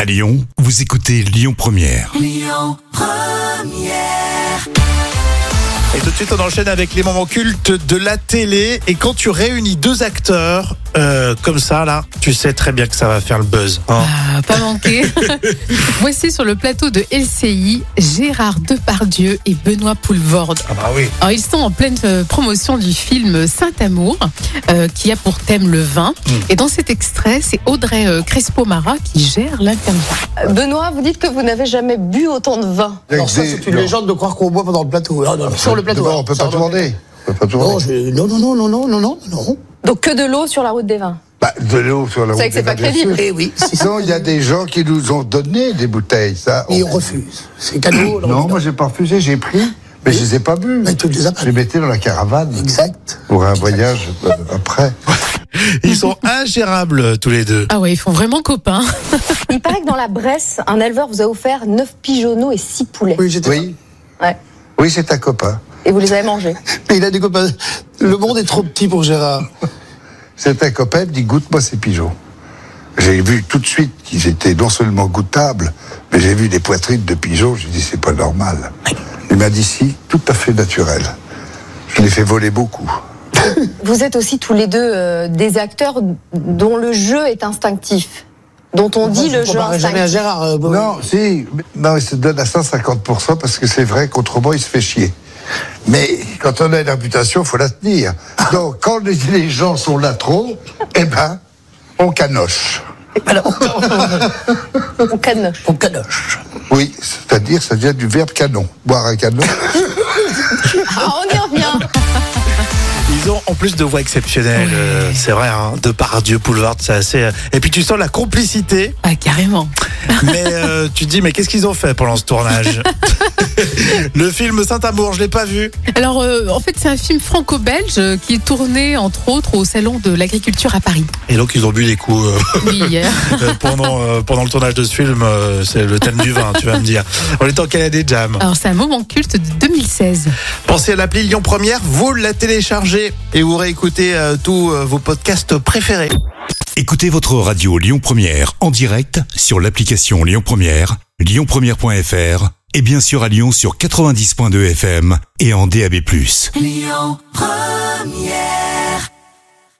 À Lyon, vous écoutez Lyon Première. Et tout de suite, on enchaîne avec les moments cultes de la télé. Et quand tu réunis deux acteurs euh, comme ça, là, tu sais très bien que ça va faire le buzz. hein. Ah, pas manqué. Voici sur le plateau de LCI Gérard Depardieu et Benoît Poulvorde. Ah bah oui. Alors, ils sont en pleine euh, promotion du film Saint-Amour, euh, qui a pour thème le vin. Et dans cet extrait, c'est Audrey euh, Crespo-Mara qui gère l'interview. Benoît, vous dites que vous n'avez jamais bu autant de vin. Alors Alors ça, des- c'est une non. légende de croire qu'on boit pendant le plateau. Ah, non, non, sur le plateau. Oh, D'abord, on peut Sur pas le- tourner. On peut pas tourner. Non, je- non, non, non, non, non, non, non, non. Donc que de l'eau sur la route des vins. Bah, de l'eau sur la C'est vrai que c'est pas crédible. Eh oui, c'est ça. Sinon, il y a des gens qui nous ont donné des bouteilles, ça. Et on on- refuse. C'est cadeau. alors on Non, dit moi, j'ai pas refusé, j'ai pris, mais je les ai pas bu. Mais tu les as pas Je les mettais dans la caravane. Exact. Pour un voyage euh, après. Ils sont ingérables euh, tous les deux. Ah ouais, ils font vraiment copains. Il paraît que dans la Bresse, un éleveur vous a offert 9 pigeonneaux et 6 poulets. Oui, j'étais. Oui, Ouais. oui, c'est un copain. Et vous les avez mangés. Mais il a des copains. Le monde est trop petit pour Gérard. C'est un copain, il me dit goûte-moi ces pigeons. J'ai vu tout de suite qu'ils étaient non seulement goûtables, mais j'ai vu des poitrines de pigeons, j'ai dit c'est pas normal. Il m'a dit si, tout à fait naturel. Je l'ai fait voler beaucoup. Vous êtes aussi tous les deux euh, des acteurs dont le jeu est instinctif. Dont on dit Bah, Je le jeu comparerai jamais à instinctif. Gérard. euh, bon. Non, si, mais- non, il se donne à 150% parce que c'est vrai qu'autrement il se fait chier. Mais quand on a une réputation, faut la tenir. Donc quand les- les gens sont là trop, eh ben, on canoche. On canoche. On canoche. Oui, c'est-à-dire, ça vient du verbe canon. Boire un canon. Ah, on y revient. Ils ont en plus de voix exceptionnelles. euh, c'est vrai, hein, de par Dieu Boulevard, c'est assez. euh, Et puis tu sens la complicité. Ah, carrément. Mais euh, tu te dis, mais qu'est-ce qu'ils ont fait pendant ce tournage Le film Saint-Amour, je l'ai pas vu. Alors, euh, en fait, c'est un film franco-belge euh, qui est tourné, entre autres, au Salon de l'Agriculture à Paris. Et donc ils ont bu des coups. euh, Oui, hier. Euh, pendant, euh, pendant le tournage de ce film, euh, c'est le thème du vin, tu vas me dire. On est en Canada Jam. Alors, c'est un moment culte de 2016. Pensez à l'appli Lyon Première, vous la téléchargez et vous réécoutez euh, tous euh, vos podcasts préférés. Écoutez votre radio Lyon Première en direct sur l'application Lyon Première, lyonpremière.fr et bien sûr à Lyon sur 90.2 FM et en DAB+.